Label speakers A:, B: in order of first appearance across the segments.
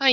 A: 欢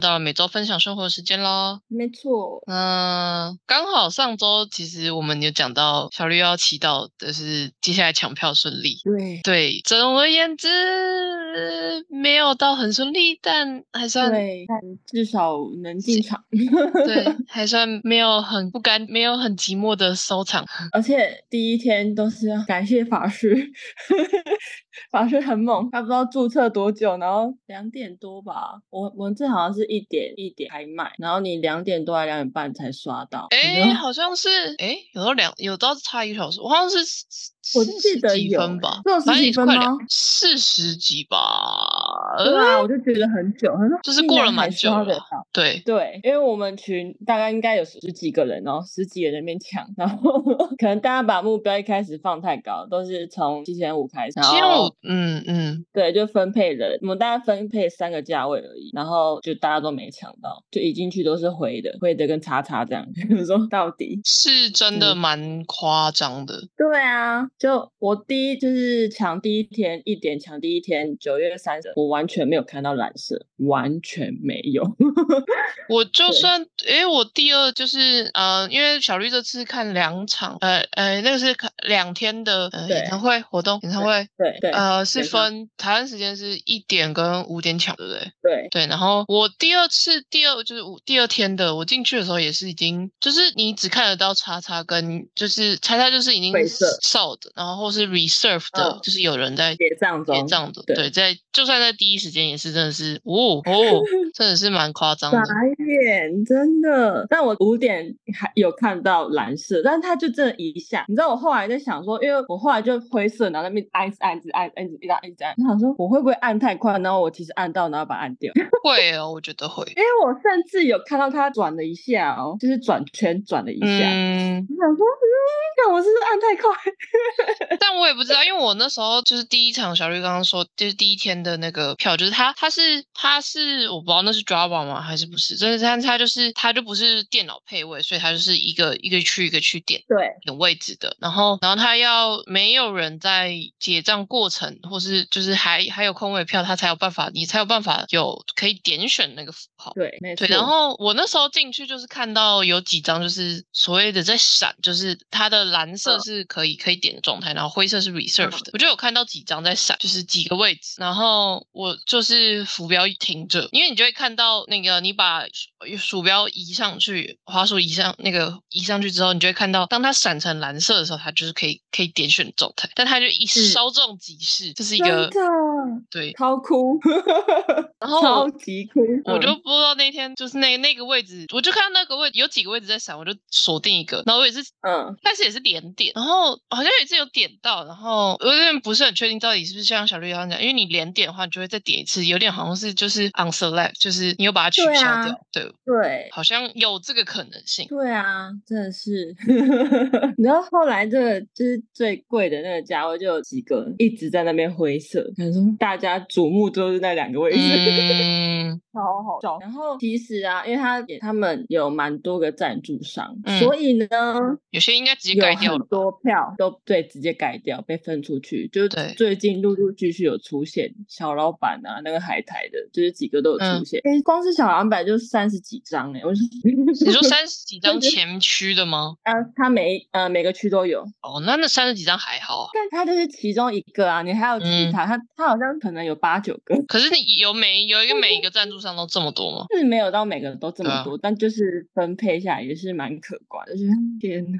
A: 到了每周分享生活的时间喽。
B: 没错，
A: 嗯，刚好上周其实我们有讲到小绿要祈祷，就是接下来抢票顺利。
B: 对
A: 对，总而言之，没有到很顺利，但还算
B: 对，但至少能进场，
A: 对，还算没有很不甘，没有很寂寞的收场。
B: 而且第一天都是要感谢法师， 法师很猛，他不知道注册多久，然后两点多吧，我我们这好像是一点一点还卖，然后你两点多还两点半才刷到，
A: 哎、
B: 你就
A: 好像是哎、有时候两有到差一个小时，我好像是四
B: 我
A: 四
B: 记
A: 十
B: 得
A: 几
B: 有
A: 分
B: 欸
A: 吧，
B: 只有
A: 反
B: 十
A: 正
B: 几
A: 也是
B: 分
A: 快两
B: 吗
A: 四十几吧，呃
B: 对啊，我就觉得很久，很
A: 就是过了蛮久
B: 刷得
A: 了
B: 到。
A: 对，
B: 对，因为我们群大概应该有十几个人哦，十几个人那边抢，然后 可能大家把目标一开始放太高，都是从七千五开始，然
A: 七点
B: 后
A: 五，嗯嗯，
B: 对，就分配人，我们大概分配三个价位而已，然后就大家都没抢到，就一进去都是灰的，灰的跟叉叉这样， 就是说到底。
A: 是真的
B: 嗯
A: 蛮夸张的。
B: 对啊，就我第一就是抢第一天一点抢第一天九月三十，我完全没有看到蓝色，完全没有。
A: 我就
B: 对
A: 算，诶，我第二就是，呃，因为小绿这次看两场，呃呃，那个是看两天的呃
B: 对
A: 演唱会活动，演唱会，
B: 对对
A: 呃，是
B: 演唱
A: 分台湾时间是一点跟五点抢，对不对？
B: 对，
A: 对，然后我第二次第二就是我第二天的，我进去的时候也是已经，就是你只看得到叉叉跟就是叉叉就是已经
B: 灰色
A: sold，然后或是 reserve 的，
B: 嗯
A: 就是有人在
B: 结账中
A: 结，账的，
B: 对
A: 对，在就算在第一时间也是真的是， 哦哦，真的是蛮夸张的
B: 傻。眼，真的。但我五点还有看到蓝色，但是它就真的一下。你知道我后来在想说，因为我后来就灰色，然后在那边按一直按一直按按一直按一直按，我想说我会不会按太快，然后我其实按到，然后把它按掉。 因
A: 会哦，我觉得 会。
B: 为我甚至有看到它转了一下哦，就是转圈转了一下。
A: 嗯，
B: 我想说，嗯，看我是不是按太快？
A: 但我也不知道，因为我那时候就是第一场小绿刚刚说，就是第一天的那个票，就是他他是他是我不知道那是 Java 吗还是不是，真的是他他就是他就不是电脑配位，所以他就是一个一个区一个区点
B: 对，
A: 有位置的，然后然后他要没有人在结账过程，或是就是还还有空位票，他才有办法，你才有办法有可以点选那个符号。
B: 对，没错。
A: 对，然后我那时候进去就是看到有几张就是所谓的在闪，就是它的蓝色
B: 嗯
A: 是可以、可以点的状态，然后灰色是 reserve 的，我就有看到几张在闪，就是几个位置，然后我就是鼠标停着，因为你就会看到那个你把鼠鼠标移上去，滑鼠移上那个移上去之后，你就会看到当它闪成蓝色的时候，它就是可以可以点选的状态，但它就一
B: 嗯
A: 稍纵即逝，这是一
B: 真
A: 个
B: 的
A: 对。
B: 超哭，
A: 然后我
B: 超级哭，
A: 我就
B: 嗯
A: 不知道那天就是那那个位置，我就看到那个位有几个位置在闪，我就锁定一个，然后我也是，
B: 嗯，
A: 但是也是连点，然后好像也是有点到，然后我有点不是很确定到底是不是像小绿刚刚讲，因为你连点的话，你就会再点一次，有点好像是就是 unselect，就是你又把它取
B: 对
A: 消
B: 啊
A: 掉，对,、
B: 对。
A: 好像有这个可能 性。
B: 对啊，真 的是。你知道后来这个就是最贵的那个价位，就有几个一直在那边灰色，可能说大家瞩目都是那两个位置，
A: 嗯，
B: 超好笑。然后其实啊，因为他也他们有蛮多个赞助商，
A: 嗯
B: 所以呢。
A: 有些应该直接
B: 有
A: 改掉了
B: 很
A: 吧。
B: 多票都对直接改掉，被分出去。就是
A: 对
B: 最近陆陆续续有出现小老板啊，那个海苔的，就是几个都有
A: 嗯
B: 出现。哎、光是小老板就三十几张哎、我就
A: 你
B: 你
A: 说三十几张
B: 就是
A: 前区的吗？
B: 啊，他每一呃每个区都有，
A: 哦，那那三十几张还好啊。
B: 但他就是其中一个啊，你还有
A: 嗯
B: 其他，他他好像可能有八九个，
A: 可是你有每有一个每一个赞助商都这么多吗？
B: 是没有到每个都这
A: 对啊
B: 么多，但就是分配下来也是蛮可观的，就是 天呐。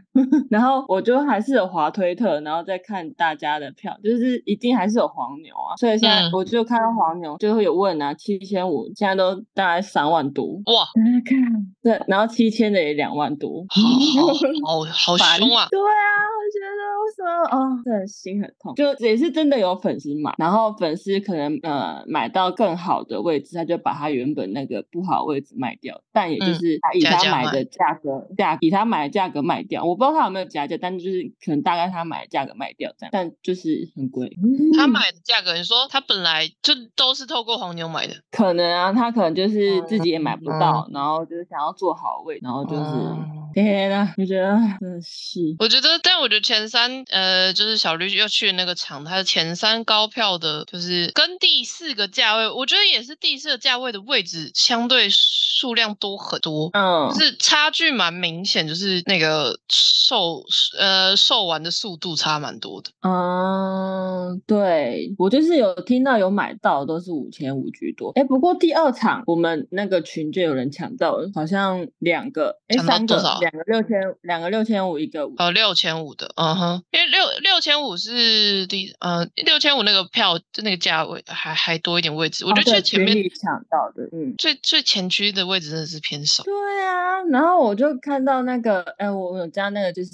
B: 然后我就还是有滑推特，然后再看大家的票，就是一定还是有黄牛啊，所以现在
A: 嗯
B: 我就看到黄牛就会有问啊，七千五现在都大概三万多，
A: 哇，
B: 大 看对，然后七千的也两万多，
A: 好好好好
B: 烦
A: 凶啊！
B: 对啊，觉得为什么哦，真的心很痛。就也是真的有粉丝买，然后粉丝可能呃买到更好的位置，他就把他原本那个不好的位置卖掉，但也就是他以
A: 嗯加
B: 他
A: 价
B: 买
A: 卖
B: 的价格价以他买的价格卖掉。我不知道他有没有加价，但就是可能大概他买的价格卖掉这样，但就是很贵。
A: 他买的价格，你说他本来就都是透过黄牛买的，
B: 可能啊，他可能就是自己也买不到，然后就是想要做好位，然后就是、
A: 嗯
B: 天呐，我觉得啊真的是
A: 我觉得，但我觉得前三，呃，就是小绿又去那个场，它的前三高票的，就是跟第四个价位，我觉得也是第四个价位的位置相对数量多很多，
B: 嗯
A: 就是差距蛮明显，就是那个售呃售完的速度差蛮多的。
B: 嗯，对我就是有听到有买到的都是五千五居多。哎，不过第二场我们那个群就有人抢到了，好像两个，哎，
A: 抢到
B: 三
A: 多
B: 个
A: 少啊，
B: 两个六千，两个六千五，一个五。
A: 哦，六千五的，嗯哼，因为六六千五是第呃六千五那个票那个价位还还多一点位置，我觉得
B: 哦对
A: 最前面
B: 群里抢到的，嗯。
A: 最最前区的位置真的是偏少。
B: 对啊，然后我就看到那个，哎，我我有加那个，就是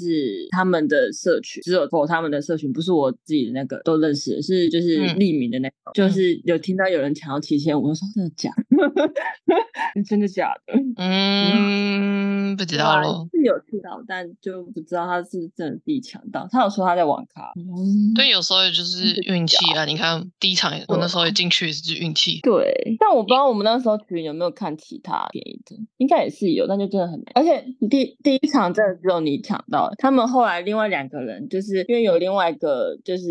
B: 他们的社群，只有我他们的社群，不是我自己的那个都认识的，是就是
A: 嗯
B: 匿名的那种，就
A: 嗯
B: 是有听到有人抢到七千五，我就说真的假的？ 真的假的？
A: 嗯，不知
B: 对
A: 道
B: 啊
A: 喽。
B: 是有听到，但就不知道他是不是真的自己抢到。他有说他在网咖，
A: 嗯对，有时候也就是
B: 不
A: 运气啊。你看第一场，我那时候也进去也是运气。
B: 啊对，但我不知道我们那时候群有没有看其他便宜的，应该也是有，但就真的很难。而且第第一场真的只有你抢到，他们后来另外两个人，就是因为有另外一个，就是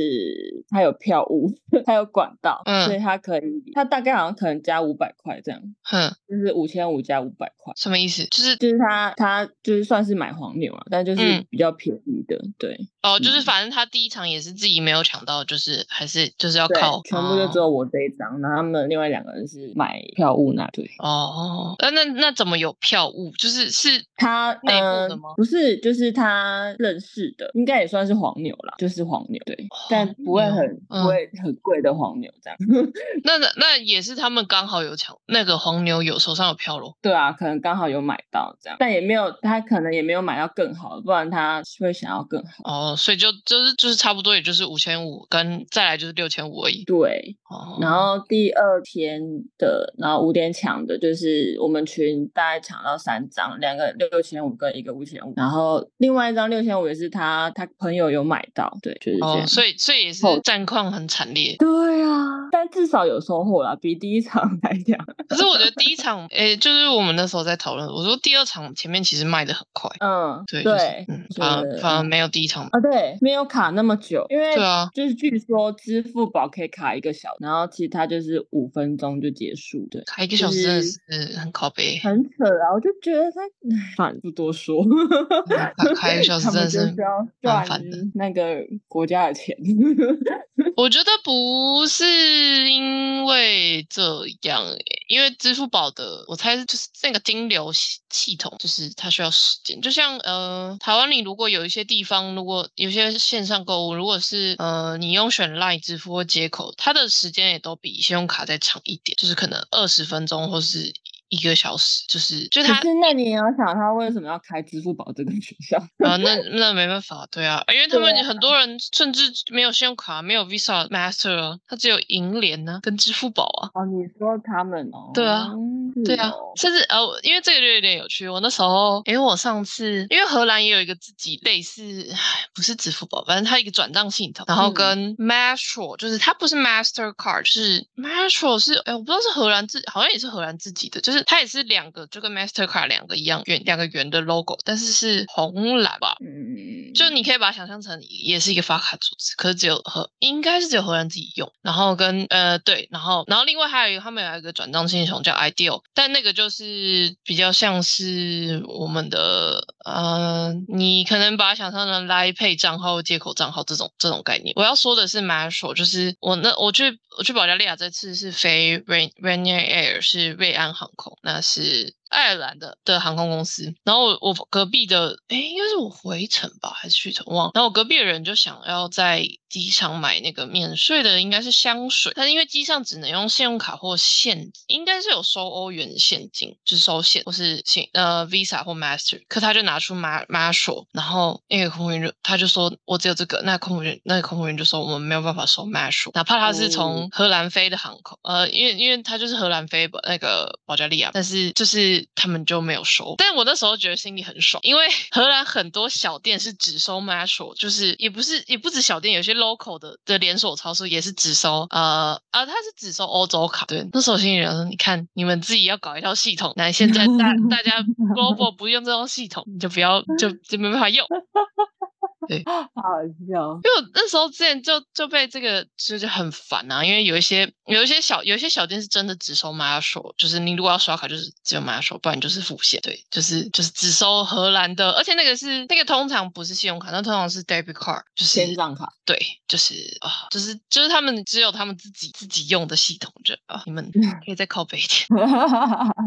B: 他有票务， 他有管道，
A: 嗯
B: 所以他可以，他大概好像可能加五百块这样，
A: 哼，
B: 就是五千五加五百块。
A: 什么意思？就是
B: 就是他，他就是算是买黄牛啊，但就是
A: 嗯
B: 比较便宜的，对
A: 哦，就是
B: 嗯
A: 反正他第一场也是自己没有抢到，就是还是就是要
B: 对
A: 靠，
B: 全部就只
A: 哦
B: 有我这一张，然后他们另外两个人是买票务那对。
A: 哦。那那那怎么有票务？就是是
B: 他
A: 内部的
B: 嗯
A: 吗
B: 不是，就是他认识的，应该也算是黄牛啦，就是黄牛，对，但
A: 黄
B: 不会
A: 牛
B: 很、
A: 哦嗯
B: 不会很贵的黄牛这样。
A: 那那那也是他们刚好有抢那个黄牛有手上有票咯。
B: 对啊，可能刚好有买到这样，但也没有，他可能也没有买到更好的，不然他会想要更好。
A: 哦，所以就就是就是差不多，也就是五千五跟再来就是六千五而已。
B: 对，
A: 哦，
B: 然后第二天的，然后五点抢的，就是我们群大概抢到三张，两个六千五跟一个五千五，然后另外一张六千五也是他他朋友有买到，对，就是这样。
A: 哦，所以所以也是
B: 后
A: 战况很惨烈。
B: 对啊，但至少有收获啦，比第一场 来讲，
A: 可是我觉得第一场，诶、就是我们那时候在讨论，我说第二场前面其实卖的很快，
B: 嗯，
A: 对，就是
B: 对，
A: 嗯，
B: 觉
A: 反而
B: 得
A: 反而没有第一场，
B: 啊，对，没有卡那么久，因为
A: 对啊，
B: 就是据说支付宝可以卡一个小时，然后其实它就是五分钟就结束，对，
A: 卡一个小时真的是很靠背，
B: 很扯啊，我就觉得他，唉反正不多说，
A: 卡卡一个小时
B: 他们
A: 真的
B: 就是
A: 是。
B: 要
A: 蛮
B: 赚
A: 烦的
B: 那个国家的钱，
A: 我觉得不是因为这样、欸因为支付宝的，我猜就是那个金流系系统，就是它需要时间。就像呃，台湾你如果有一些地方，如果有些线上购物，如果是呃你用选 LINE 支付或接口，它的时间也都比信用卡再长一点，就是可能二十分钟或是一个小时，就是就
B: 可
A: 它
B: 是那你也要想他为什么要开支付宝这个学校？
A: 啊，那那没办法，对啊，因为他
B: 对
A: 们很多人甚至没有信用卡，没有 Visa、Master 啊，他只有银联呢、跟支付宝啊。
B: 哦，你说他们哦，
A: 对啊
B: 是
A: 对啊
B: 哦，
A: 甚至呃，我因为这个就有点有趣。我那时候，因为我上次，因为荷兰也有一个自己类似，唉不是支付宝，反正它一个转账系统，然后
B: 嗯
A: 跟 Mastro，、就是它不是 Mastercard，是 Mastro 是，哎，我不知道是荷兰自，好像也是荷兰自己的，就是它也是两个，就跟 Mastercard 两个一样圆，两个圆的 logo，但是是红蓝吧，
B: 嗯，
A: 就你可以把它想象成也是一个发卡组织，可是只有荷应该是只有荷兰自己用。然后跟呃对，然后然后另外还有一个他们有一个转账系统叫 Ideal，但那个就是比较像是我们的呃，你可能把它想象成 Line Pay 账号、接口账号这种这种概念。我要说的是 Marshall，就是我那我去我去保加利亚这次是飞 Rain Rainier Air 是瑞安航空，那是。爱尔兰的的航空公司，然后我我隔壁的，哎，应该是我回程吧，还是去程忘了。然后我隔壁的人就想要在机场买那个免税的，应该是香水，但是因为机上只能用信用卡或现，应该是有收欧元现金，就是收现或是信呃 Visa 或 Master，可他就拿出 Ma Master，然后那个空服员就他就说我只有这个，那空服员那个空服员就说我们没有办法收 Master，哪怕他是从
B: 哦
A: 荷兰飞的航空，呃，因为因为他就是荷兰飞吧那个保加利亚，但是就是他们就没有收。但我那时候觉得心里很爽，因为 荷兰很多小店是只收 m a s h a l 就是也不是也不止小店，有些 local 的的连锁超市也是只收呃啊，它是只收欧洲卡。对，那时候心里想说，你看你们自己要搞一套系统，那现在大大家 global 不用这种系统，你就不要就就没办法用。
B: 好笑。
A: 因为我那时候之前就就被这个就是很烦啊，因为有一些有一些小有一些小店是真的只收玛雅手，就是你如果要刷卡就是只有玛雅手，不然就是付现，对，就是就是只收荷兰的，而且那个是那个通常不是信用卡，那通常是 debit card，就是
B: 千账卡，
A: 对，就是啊，就是就是他们只有他们自己自己用的系统这啊，你们可以再靠背一点。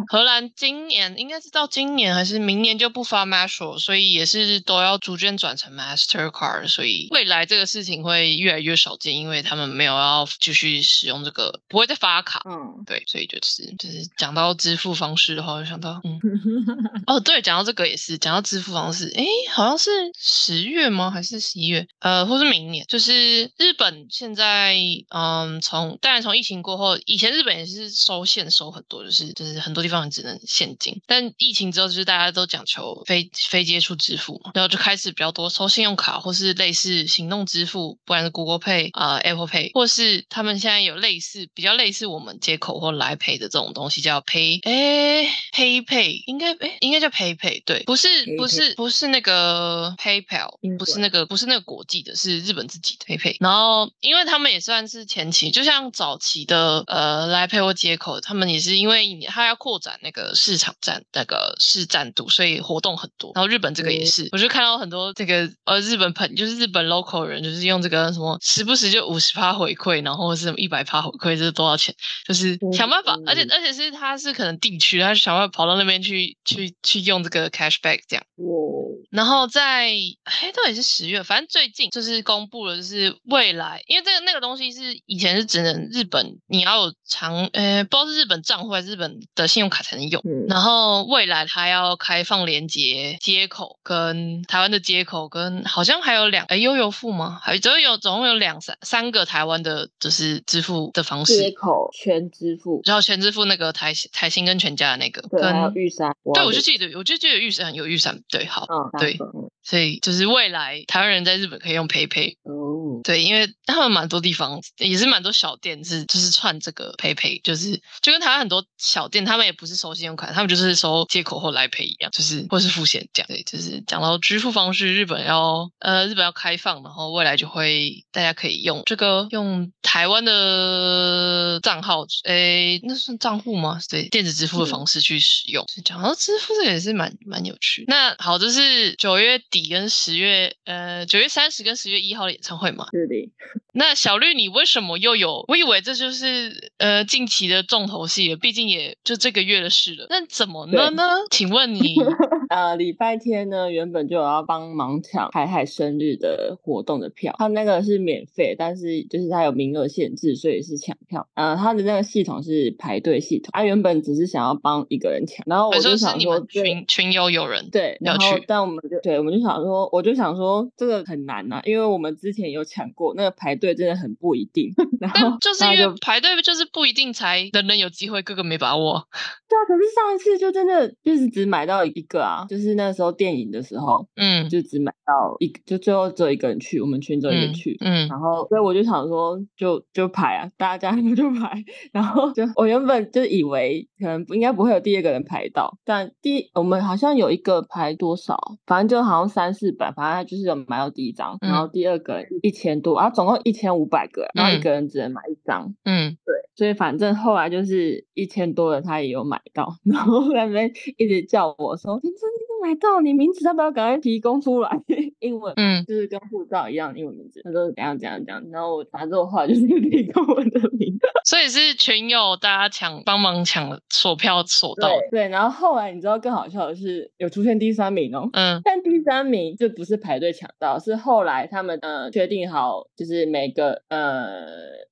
A: 荷兰今年应该是到今年还是明年就不发 Master，所以也是都要逐渐转成 Mastercard，所以未来这个事情会越来越少见，因为他们没有要继续使用这个，不会再发卡。
B: 嗯，
A: 对，所以就是就是讲到支付方式的话，我就想到，嗯，哦，对，讲到这个也是，讲到支付方式，诶，好像是十月吗？还是十一月？呃，或是明年？就是日本现在，嗯，从当然从疫情过后，以前日本也是收现收很多，就是就是很多地方只能现金，但疫情之后就是大家都讲求非非接触支付嘛，然后就开始比较多收信用卡或是类似行动支付，不然是 Google Pay 啊、Apple Pay，或是他们现在有类似比较类似我们接口或来 Pay 的这种东西叫 Pay，哎，Pay Pay 应该哎应该叫 Pay Pay，对，不是
B: PayPay
A: 不是不是那个 PayPal，
B: 英文
A: 不是那个不是那个国际的，是日本自己的 PayPay。然后因为他们也算是前期，就像早期的呃来 Pay 或接口，他们也是因为他要扩展那个市场占那个市占度，所以活动很多。然后日本这个也
B: 嗯
A: 是，我就看到很多这个呃日本朋就是日本 local 人，就是用这个什么时不时就五十趴回馈，然后或是什么一百趴回馈，这是多少钱？就是
B: 嗯
A: 想办法
B: 嗯，
A: 而且而且是他是可能地区，他是想办法跑到那边去去去用这个 cashback 这样。
B: 我
A: 然后在哎，到底是十月，反正最近就是公布了，就是未来，因为这个那个东西是以前是只能日本你要有长，呃，不知道是日本账户还是日本的信用卡才能用。
B: 嗯
A: 然后未来它要开放连接接口跟台湾的接口跟好像还有两哎悠游付吗？还总共有总共有两三三个台湾的，就是支付的方式，
B: 接口全支付，
A: 然后全支付那个台新台新跟全家的那个，
B: 对，还有
A: 跟
B: 玉山，
A: 对
B: 要
A: 我就
B: 给
A: 记得我就记得预算有预算对好，
B: 嗯，
A: 对
B: 大份
A: 所以就是未来台湾人在日本可以用 PayPay，
B: 嗯哦，
A: 对，因为他们蛮多地方也是蛮多小店是就是串这个 PayPay，就是就跟台湾很多小店，他们也不是收信用卡，他们就是收接口或来 Pay 一样，就是或是付现这样。对，就是讲到支付方式，日本要呃日本要开放，然后未来就会大家可以用这个用台湾的账号，诶，那算账户吗？对，电子支付的
B: 嗯
A: 方式去使用。所以讲到支付，这个也是蛮蛮有趣。那好，这是九月底跟十月，呃，九月三十跟十月一号的演唱会嘛？
B: 是的，
A: 那小绿，你为什么又有？我以为这就是呃近期的重头戏了，毕竟也就这个月的事了。那怎么了
B: 对
A: 呢？请问你
B: 呃，礼拜天呢，原本就有要帮忙抢海海生日的活动的票，他那个是免费，但是就是它有名额限制，所以是抢票。呃，他的那个系统是排队系统，他原本只是想要帮一个人抢，然 后我
A: 我
B: 就
A: 哦说是
B: 想
A: 你
B: 说
A: 们
B: 这
A: 群群友有人
B: 对，
A: 要
B: 然后
A: 去
B: 但我们就对，我们就想说，我就想说这个很难呐、因为我们之前有抢过，那个排队真的很不一定。 然后
A: 但就是
B: 大
A: 因
B: 家
A: 为排队就是不一定才人人有机会，个个没把握。
B: 对啊，可是上一次就真的就是只买到一个啊，就是那时候电影的时候
A: 嗯
B: 就只买到一个，就最后只有一个人去，我们群只有一个人
A: 嗯
B: 去，啊
A: 嗯，
B: 然后，所以我就想说就，就排啊，大家 不就排。然后就我原本就以为可能不应该不会有第二个人排到，但第一我们好像有一个排多少，啊反正就好像三四百，反正他就是有买到第一张，然后第二个人一千多，啊，总共一千五百个，然后一
A: 嗯
B: 个人只能买一张，
A: 嗯，
B: 所以反正后来就是一千多的他也有买到， 然后在那边一直叫我说：“你真的买到，你名字要不要赶快提供出来？” 英文，
A: 嗯，
B: 就是跟护照一样的英文名字。他说怎样怎样怎样，然后我反正我后来就是 提供我的名字。
A: 所以是群友大家抢帮忙抢索票索到的，
B: 对对，然后后来你知道更好笑的是，有出现第三名哦。
A: 嗯
B: 但第三名就不是排队抢到，是后来他们呃确定好，就是每个呃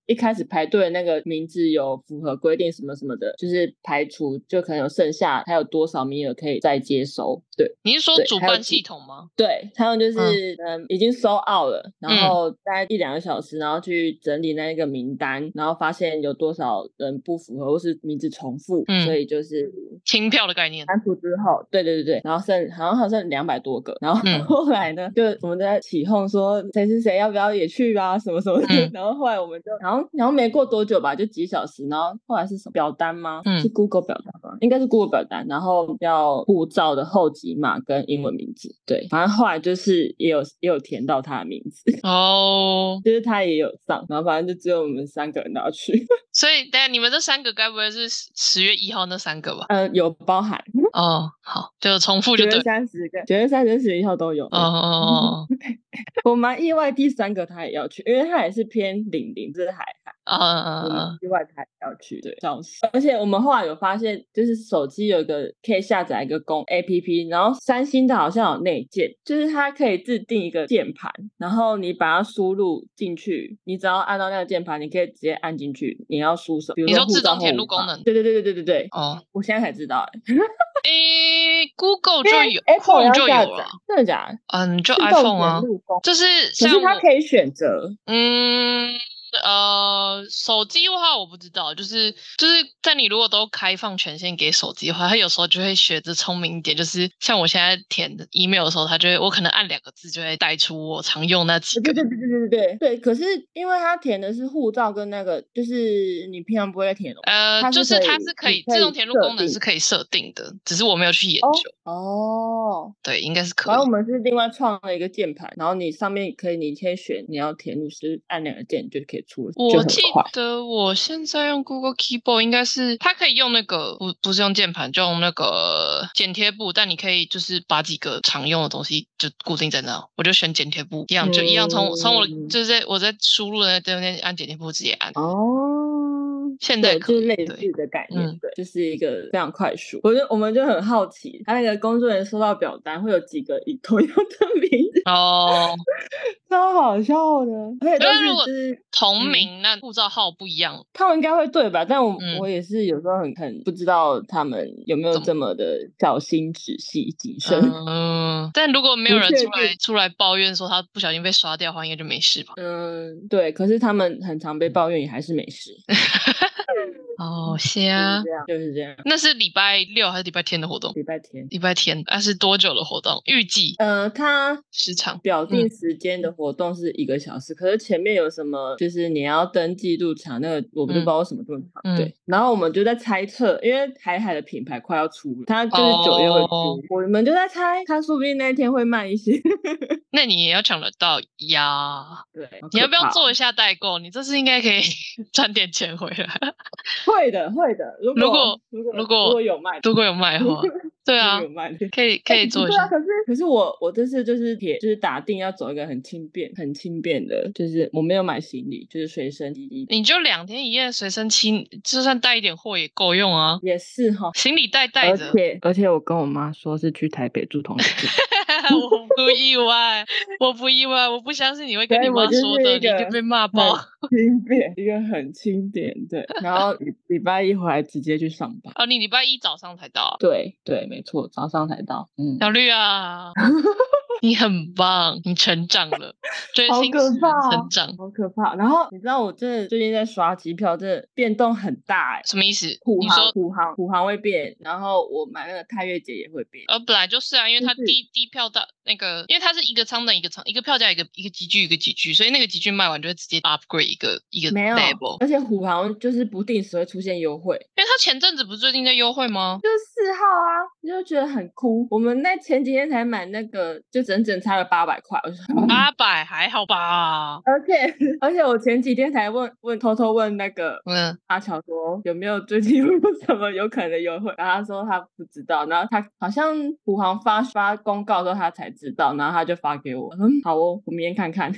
B: 一开始排队的那个名字有符合规定什么什么的，就是排除就可能有剩下还有多少名额可以再接收。对
A: 你是说
B: 对
A: 主
B: 还有
A: 办
B: 几
A: 系统吗？
B: 对，他们就是嗯、已经收 out 了，然
A: 嗯
B: 后大概一两个小时，然后去整理那个名单，然后发现有多少人不符合或是名字重复，
A: 嗯
B: 所以就是
A: 清票的概念，
B: 删除之后，对对对对，然后剩好像还剩两百多个，然后
A: 嗯
B: 后来呢，就我们在起哄说谁谁谁要不要也去啊，什么什么的，
A: 嗯
B: 然后后来我们就，然后然后没过多久吧，就几小时，然后后来是什么表单吗？
A: 嗯
B: 是 Google 表单吗？应该是 Google 表单，然后要护照的后几码跟英文名字，对，反正后来就是也有也有填到他的名字，
A: 哦，
B: 就是他也有上，然后反正就只有我们三个人要去，
A: 所以但你们这三个该不会是十十月一号那三个吧？
B: 嗯，有包含
A: 哦，好，就重复
B: 九
A: 就对
B: 月
A: 了。
B: 三十跟九月三十十一号都有，
A: 哦哦哦
B: 我蛮意外，第三个他也要去，因为他也是偏零零，就是海海，
A: 哦哦
B: 我蛮
A: 哦，
B: 意外他也要去，对，笑死。而且我们后来有发现，就是手机有一个可以下载一个公 A P P，然后三星的好像有内建，就是它可以自定一个键盘，然后你把它输入进去，你只要按到那个键盘，你可以直接按进去，你要输什么？比如
A: 你
B: 说
A: 说自
B: 护照
A: 动填
B: 后
A: 入
B: 五
A: 功
B: 码
A: 能
B: 对对对对对对对，
A: 哦，
B: 我现在才知道、欸，
A: 诶，Google 就有
B: Apple
A: ，Chrome
B: 要
A: 就
B: 下
A: 有
B: 载
A: 了，，
B: 真的假的？
A: 嗯，就
B: 自动
A: iPhone 啊
B: 填，入功
A: 就是
B: 可
A: 像
B: 是它
A: 我
B: 可以选择，
A: 嗯，呃，手机的话我不知道，就是就是在你如果都开放权限给手机的话，它有时候就会学着聪明一点，就是像我现在填 email 的时候，它就会我可能按两个字就会带出我常用那几个。
B: 对对对对对对对对，可是因为他填的是护照跟那个，就是你平常不会填的东西
A: 呃，
B: 它
A: 就是是
B: 可
A: 它
B: 以
A: 是可
B: 你
A: 以
B: 可
A: 自
B: 以
A: 动填入
B: 设
A: 功能
B: 定
A: 是可以设定的，只是我没有去研
B: 哦
A: 究。
B: 哦。
A: 呃对，应该是可
B: 反正
A: 以
B: 我。们是另外创了一个键盘，然后你上面可以，你先选你要填入，就是按两个键就可以出了，就
A: 我
B: 很
A: 记
B: 快。
A: 得我现在用 Google Keyboard 应该是它可以用那个不不是用键盘，就用那个剪贴布，但你可以就是把几个常用的东西就固定在那，我就选剪贴布，一样就一样从从我的
B: 嗯
A: 就是在我在输入的那中间按剪贴布直接按，
B: 哦，
A: 现在
B: 对，
A: 可
B: 就
A: 以
B: 是类
A: 对
B: 似的概念，
A: 嗯
B: 对，就是一个非常快速。我就我们就很好奇，他那个工作人员收到表单会有几个以同样的名字，
A: 哦，
B: 超好笑的，而且都
A: 那
B: 是
A: 如果
B: 就是
A: 同
B: 嗯
A: 名那护照号不一样，
B: 他们应该会对吧？但我、
A: 嗯
B: 我也是有时候很很不知道他们有没有
A: 怎么
B: 这么的小心仔细谨慎。
A: 嗯，但如果没有
B: 不
A: 人
B: 确
A: 出来
B: 定
A: 出来抱怨说他不小心被刷掉的话，应该就没事吧？
B: 嗯，对。可是他们很常
A: 嗯
B: 被抱怨，也还是没事。
A: 哦，
B: 就是
A: 虾
B: 这，样，就是这样。
A: 那是礼拜六还是礼拜天的活动？
B: 礼拜天，
A: 礼拜天，那、是多久的活动？预计
B: 呃，他
A: 时长
B: 表定
A: 嗯
B: 时间的活动是一个小时，可是前面有什么，就是你要登记入场，那个我们就不知道为什么这么长。
A: 嗯
B: 对，然后我们就在猜测，因为海海的品牌快要出了，它就是九月会出，
A: 哦
B: 我们就在猜，它说不定那一天会慢一些。
A: 那你也要抢得到呀？
B: 对，好
A: 你要
B: 可
A: 不要
B: 怕
A: 做一下代购？你这次应该可以 赚点钱回来，
B: 会的，会的。如
A: 如
B: 果如果
A: 如
B: 如
A: 果
B: 果有卖的，
A: 如果有卖 的话，对啊
B: 如果，有卖的。
A: 可以可以做一
B: 对啊，
A: 下。
B: 可是可是我我这次就是铁就是打定要走一个很轻便很轻便的，就是我没有买行李，就是随身衣
A: 你就两天一夜随身轻，就算带一点货也够用啊，
B: 也是哈。
A: 行李袋带
B: 而
A: 着。
B: 且而且我跟我妈说是去台北住同学住，
A: 我不意外，我不意外，我不相信你会跟
B: 所
A: 你
B: 以我
A: 妈
B: 就是
A: 说的，
B: 一
A: 你会
B: 个
A: 被骂爆。
B: 很轻便一个很轻便对。然后礼礼拜一回来直接去上班。
A: 哦，你礼拜一早上才到啊，
B: 对对，没错，早上才到。嗯，
A: 小绿啊，你很棒，你成长了，追
B: 好
A: 星
B: 可
A: 使人
B: 怕
A: 成
B: 哦
A: 长
B: 好可怕。然后你知道我真的最近在刷机票，真的变动很大哎、
A: 什么意思？
B: 虎
A: 你
B: 航
A: 说
B: 虎航虎航会变，然后我买那个太月姐也会变。
A: 呃，本来就是啊，因为
B: 就
A: 它
B: 是
A: 低低票到那个，因为它是一个舱等一个舱，一个票价一个一个集聚一个集聚，所以那个集聚卖完就会直接 upgrade 一个一个
B: 没有
A: level，，
B: 而且虎航就是不定时会出现优惠，
A: 因为它前阵子不是最近在优惠吗？
B: 就是四号啊，你就觉得很酷。我们那前几天才买那个，就只整整差了八百块。我说，
A: 八百还好吧？
B: 而且而且我前几天才问问偷偷问那个
A: 嗯，
B: 阿乔说有没有最近 有没有什么有可能的优惠，然后他说他不知道，然后他好像虎航发发公告之后他才知道，然后他就发给我，嗯，好哦，我明天看看。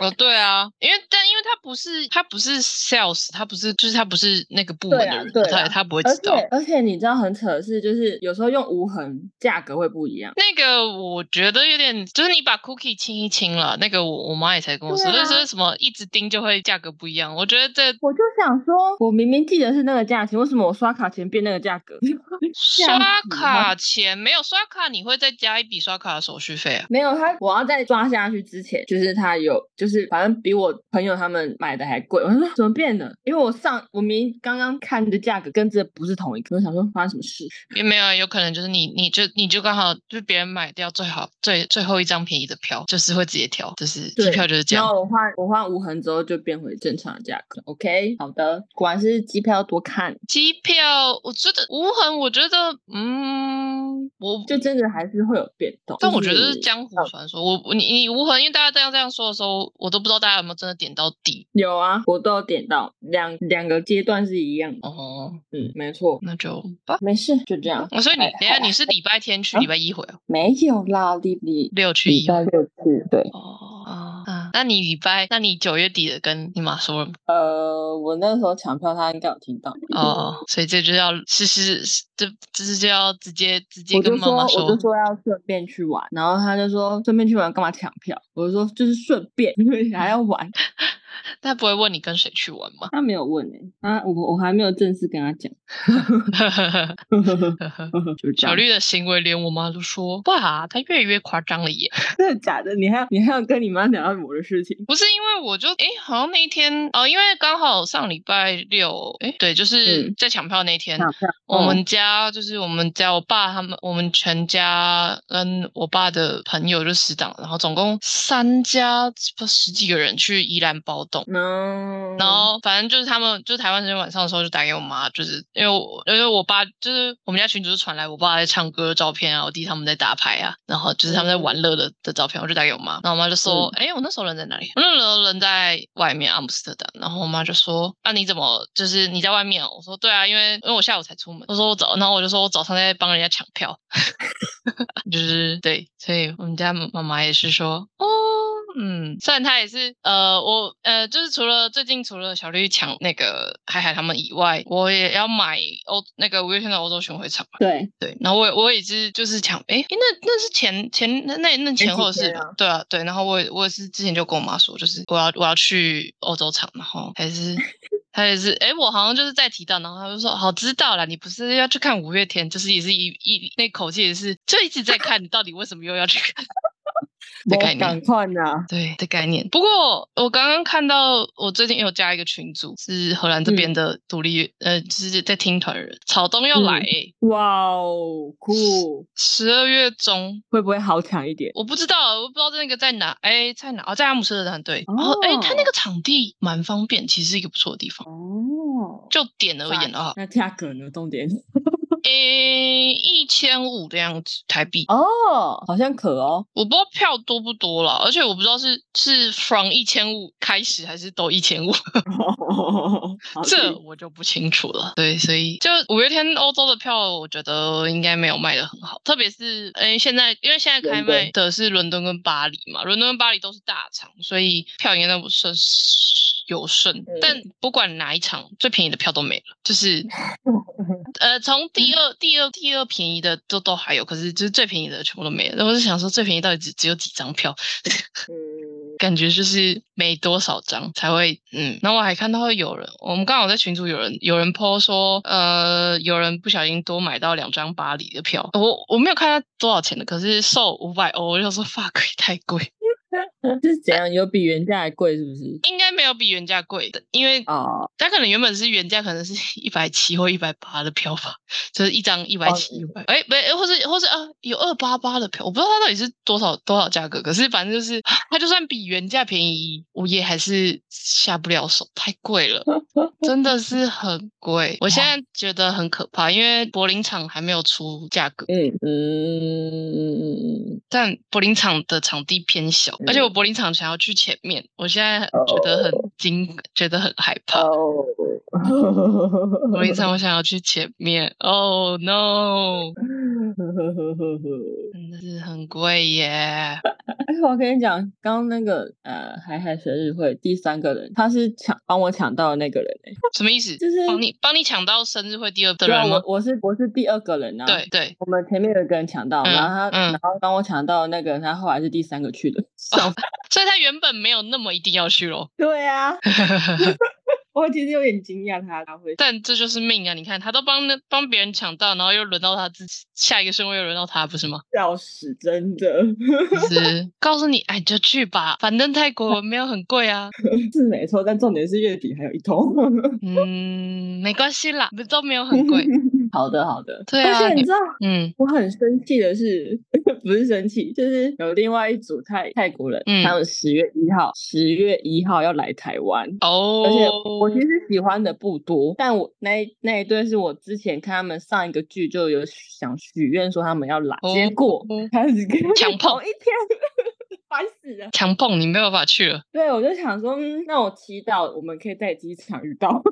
A: 哦，对啊，因为但因为他不是他不是 sales，他不是就是他不是那个部门
B: 对
A: 的
B: 啊
A: 人，
B: 对
A: 他
B: 啊
A: 他不会
B: 而
A: 知
B: 且
A: 道。
B: 而且你知道很扯的是，就是有时候用无痕价格会不一样。
A: 那个我觉得有点，就是你把 cookie 清一清了，那个我我妈也才跟我说，
B: 对啊
A: 就是什么一直盯就会价格不一样。我觉得这
B: 我就想说，我明明记得是那个价钱，为什么我刷卡前变那个价格？ 样
A: 刷
B: 子
A: 卡钱没有刷卡，你会再加一笔刷卡的手续费啊？
B: 没有他，我要在刷下去之前，就是他有，就是反正比我朋友他们买的还贵。我说怎么变的？因为我上我明明刚刚看的价格跟这不是同一个，我想说发生什么事？
A: 也没有啊，有可能就是你你就你就刚好就是别人买掉最好最最后一张便宜的票，就是会直接调，就是机
B: 对
A: 票就是这
B: 然
A: 样。
B: 后我换我换无痕之后就变回正常的价格。OK，好的，果然是机票要多看，
A: 机票我觉得无痕，我觉得嗯，我
B: 就真的还是会有变动。
A: 但
B: 就
A: 我觉得是
B: 是啊
A: 江湖传说。我我你你无痕，因为大家这样这样说的时候，我都不知道大家有没有真的点到底
B: 有啊，我都有点到两两个阶段是一样的。
A: 哦。
B: 嗯，没错，
A: 那就吧。
B: 没事，就这样。
A: 我所以你
B: 嗯哎
A: 等一下
B: 好
A: 你是礼拜天去，
B: 啊
A: 礼拜一回哦，
B: 没有啦，礼礼
A: 六去
B: 礼
A: 一回
B: 拜嗯六去，对。
A: 哦。啊啊那你礼拜，那你九月底的跟你妈说了吗
B: 呃，我那时候抢票，他应该有听到。嗯
A: 哦，所以这就要是是是，这这是就要直接直接
B: 我就
A: 跟妈
B: 说，
A: 妈
B: 我就说要顺便去玩，然后他就说顺便去玩干嘛抢票？我就说就是顺便， 因为还要玩。
A: 他不会问你跟谁去玩 吗？
B: 他没有问呢、啊，我我还没有正式跟他讲， 就这
A: 小
B: 样。
A: 绿的行为连我妈都说，哇，他越来越夸张了耶。
B: 真的假的？你还要你还要跟你妈聊到我的事情？
A: 不是因为我就诶，好像那一天哦，因为刚好上礼拜六，诶，对，就是
B: 嗯
A: 在抢票那天，
B: 抢票，
A: 我们家就是我们家我爸他们，我们全家跟我爸的朋友就死党，然后总共三家不十几个人去宜兰包栋。
B: 嗯，
A: 然后反正就是他们，就是台湾时间晚上的时候就打给我妈，就是因为我因为我爸就是我们家群主就传来我爸在唱歌的照片啊，我弟他们在打牌啊，然后就是他们在玩乐的的照片，我就打给我妈，然后我妈就说，哎、我那时候人在哪里？我那时候人在外面阿姆斯特丹，然后我妈就说，啊你怎么就是你在外面哦？我说对啊，因为因为我下午才出门，我说我早，然后我就说我早上在帮人家抢票，就是对，所以我们家妈妈也是说，哦，嗯，虽然她也是，呃，我呃，就是除了最近除了小绿抢那个海海他们以外，我也要买欧那个五月天的欧洲巡回场嘛，
B: 对，
A: 对，然后我也我也是就是抢，诶，诶那那是前前那那那前
B: 几
A: 后的事
B: 天
A: 吧，
B: 啊
A: 对啊，对，然后我也我也是之前就跟我妈说，就是我要我要去欧洲场，然后还 是。她也是，诶，我好像就是在提到，然后她就说，好知道啦，你不是要去看五月天，就是也是一一那口气也是，就一直在看，你到底为什么又要去 看？的
B: 我
A: 概念
B: 赶快呢，
A: 对的概念。不过我刚刚看到，我最近有加一个群组，是荷兰这
B: 嗯
A: 边的独立，呃，就是在听团的人，草东要来、
B: 嗯
A: 欸，
B: 哇哦，酷，
A: 十二、月中，
B: 会不会好抢一点？
A: 我不知道，我不知道那个在哪，哎、在哪？哦，在阿姆斯特丹，对。然后，哎、他那
B: 哦
A: 个场地蛮方便，其实是一个不错的地方。
B: 哦，
A: 就点而言的话，
B: 那价格呢？重点
A: 诶，一千五的样子台币，
B: 哦，好像可哦，
A: 我不知道票多不多啦，而且我不知道是是 from 一千五开始还是都一千五，
B: 好
A: 这
B: 的
A: 我就不清楚了。对，所以就五月天欧洲的票，我觉得应该没有卖的很好，特别是诶现在因为现在开
B: 伦敦
A: 卖的是伦敦跟巴黎嘛，伦敦跟巴黎都是大场，所以票应该都不剩有剩，但不管哪一场，最便宜的票都没了， 就是呃，从第二、第二、第二便宜的都都还有，可是就是最便宜的全部都没了。那我就想说，最便宜到底只只有几张票？
B: 嗯，
A: 感觉就是没多少张才会嗯。然后我还看到有人，我们刚好在群组有人有人 po 说，呃，有人不小心多买到两张巴黎的 票，我我没有看到多少钱的，可是售五百欧，我就说 fuck 也太贵。
B: 就是怎样有比原价还贵是不是？
A: 应该没有比原价贵的，因为
B: 哦，
A: 它可能原本是原价可能是一百七或一百八的票吧，就是一张一百
B: 哦
A: 七，一百哎，不是，或是或是啊，有二八八的票，我不知道它到底是多少多少价格，可是反正就是它就算比原价便宜，我也还是下不了手，太贵了，真的是很贵。我现在觉得很可怕，因为柏林场还没有出价格，
B: 嗯嗯嗯嗯嗯
A: 但柏林场的场地偏小，而且我柏林场想要去前面，我现在觉得很惊觉得很害怕。
B: 哦，
A: 柏林 场我想要去前面，Oh no！真的是很贵耶！
B: 而且哎我跟你讲，刚刚那个呃海海学日会第三个人，他是抢帮我抢到的那个人、欸，
A: 什么意思？
B: 就是
A: 帮你帮你抢到生日会第二的
B: 对啊，
A: 人吗
B: 我？我是我是第二个人啊，
A: 对对，
B: 我们前面有一个人抢到，
A: 嗯
B: 然后他，
A: 嗯
B: 然后帮我抢到的那个人，他后来是第三个去 的。
A: 所以他原本没有那么一定要去咯，
B: 对啊，我其实有点惊讶他他会。
A: 但这就是命啊！你看，他都帮那帮别人抢到，然后又轮到他自己，下一个顺位又轮到他，不是吗？
B: 笑死，真的
A: 就是告诉你，哎，你就去吧，反正泰国没有很贵啊，
B: 是没错，但重点是月底还有一通。
A: 嗯，没关系啦，都没有很 贵，
B: 好的，好的。
A: 对啊
B: 而且你
A: 你
B: 知道，
A: 嗯
B: 我很生气的是， 不是生气，就是有另外一组泰泰国人，
A: 嗯
B: 他们十月一号，十月一号要来台湾。
A: 哦，
B: 而且我其实喜欢的不多，但我那一那一对是我之前看他们上一个剧就有想许愿说他们要来，结
A: 哦
B: 果开始跟
A: 强
B: 你
A: 碰
B: 同一天，烦死了。
A: 强碰你没有办法去了，
B: 对，我就想说，嗯，那我祈祷我们可以在机场遇到，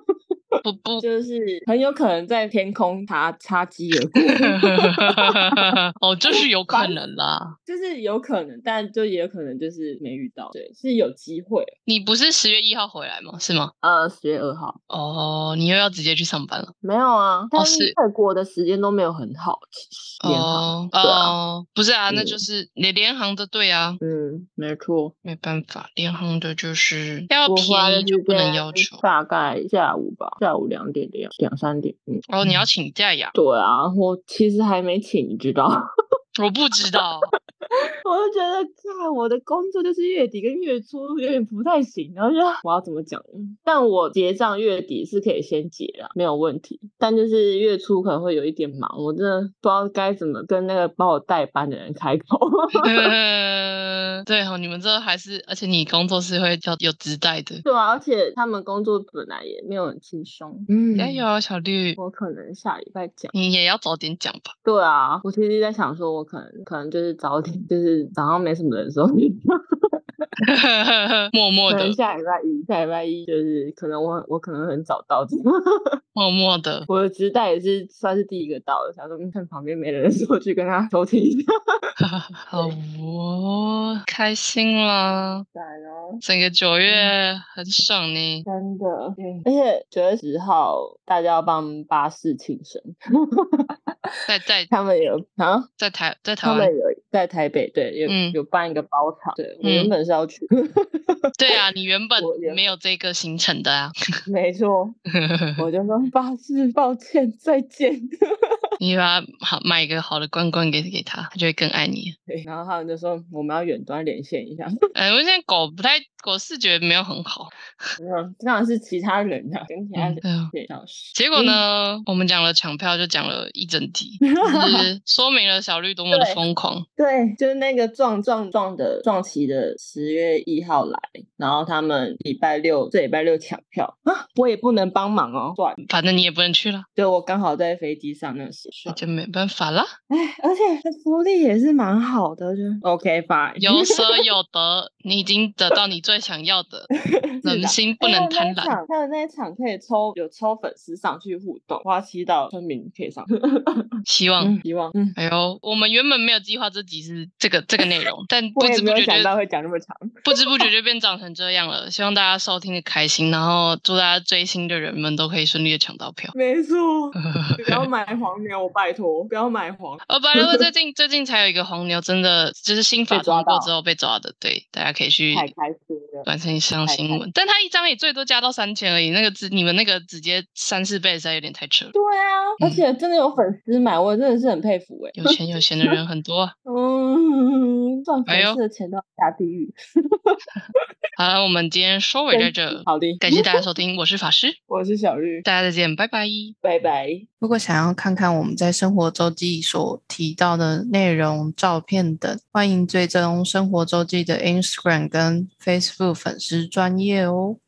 A: 不不
B: 就是很有可能在天空擦擦机而过，
A: 哦，就是有可能啦。
B: 就是有可能，但就也有可能就是没遇到，对，是有机会。
A: 你不是十月一号回来吗？是吗？
B: 呃，十月二号
A: 哦，你又要直接去上班了。
B: 没有啊，但
A: 是
B: 泰国的时间都没有很好，其实联航
A: 哦
B: 对啊
A: 哦，不是啊，那
B: 嗯
A: 就是你联航的对啊，
B: 嗯，没错。
A: 没办法，联航的就是要
B: 我花
A: 便
B: 的
A: 宜就
B: 时
A: 不能
B: 间
A: 要求。
B: 大概下午吧，下午两点两两三点。嗯，
A: 哦，你要请假呀？
B: 对啊，我其实还没请，你知道？ 我
A: 我不知道，
B: 就觉得，看我的工作就是月底跟月初有点不太行，然后就我要怎么讲呢？但我结账月底是可以先结啦，没有问题。但就是月初可能会有一点忙，我真的不知道该怎么跟那个帮我代班的人开口。
A: 呃，对哦，你们这还是，而且你工作是会要有职代的。
B: 对啊，而且他们工作本来也没有很轻松。嗯
A: 加油啊，小绿，
B: 我可能下礼拜讲。
A: 你也要早点讲吧。
B: 对啊，我其实在想说，我可能可能就是早点，就是早上没什么 人的时候，
A: 默默
B: 可
A: 的
B: 能，下礼拜一，下礼拜一就是可能我我可能很早到，
A: 默默的，
B: 我的直代也是算是第一个到的，想说嗯看旁边没人的时候去跟他偷听一下。
A: 好哦，开心啦！
B: 对哦，
A: 整个九月
B: 嗯
A: 很爽呢。
B: 真的，而且九月十号大家要帮巴士庆生，
A: 在在
B: 他们有啊，
A: 在台在台
B: 他
A: 湾
B: 们，有在台北对有、
A: 嗯
B: 有办一个包场，对我
A: 嗯
B: 原本是要去，
A: 对啊，你原本
B: 我原
A: 没有这个行程的啊，
B: 没 错，我就说巴士抱歉再见。
A: 你把它好买一个好的罐罐给给他，他就会更爱你。
B: 对，然后他们就说我们要远端连线一下，
A: 哎，我现在狗不太，狗视觉没有很好。
B: 嗯，当然是其他人的、跟其
A: 嗯，
B: 他人
A: 对啊。
B: 也要是。
A: 结果呢，我们讲了抢票，就讲了一整 集，就是说明了小绿多么的
B: 对
A: 疯狂。
B: 对，就是那个撞撞撞的撞期的十月一号来，然后他们礼拜六这礼拜六抢票啊，我也不能帮忙哦，算了，
A: 反正你也不能去了，
B: 对我刚好在飞机上那时
A: 那
B: 算了，
A: 就没办法啦。
B: 哎，而且它福利也是蛮好的，就 OK fine，
A: 有 舍有得，你已经得到你最想要的，人 心不
B: 哎
A: 能
B: 他
A: 贪
B: 们那一
A: 婪。
B: 场，他们那一场可以抽有抽粉丝上去互动，花祈祷村民可以上去，
A: 希望，
B: 嗯， 希望，嗯，
A: 哎呦，我们原本没有计划这集是这个这个内容，但不
B: 我也
A: 知
B: 没
A: 不
B: 有
A: 觉
B: 想到
A: 就
B: 会讲那么 长。
A: 不知不觉就变长成这样了。希望大家收听的开心，然后祝大家追星的人们都可以顺利的抢到票。
B: 没错，不要买黄牛，我拜托，不要买黄。
A: 哦，白了，最近最近才有一个黄牛，真的就是新法
B: 被抓
A: 通过
B: 到
A: 之后被抓的，对，大家可以去
B: 太开心了，
A: 短信上
B: 太
A: 新
B: 开
A: 闻，但他一张也最多加到三千而已，那个直你们那个直接三四倍实在有点太扯了。
B: 对啊，而
A: 嗯
B: 且真的有粉丝买，我真的是很佩服哎、
A: 有钱有闲的人很多啊。
B: 嗯，赚
A: 哎
B: 粉
A: 呦
B: 丝的钱都要下地狱。
A: 好了，我们今天收尾在这，
B: 好的，
A: 感谢大家收听，我是法师，
B: 我是小绿，
A: 大家再见，拜拜。
B: 拜拜。
C: 如果想要看看我们在生活周记所提到的内容、照片等，欢迎追踪生活周记的 Instagram 跟 Facebook 粉丝专业哦。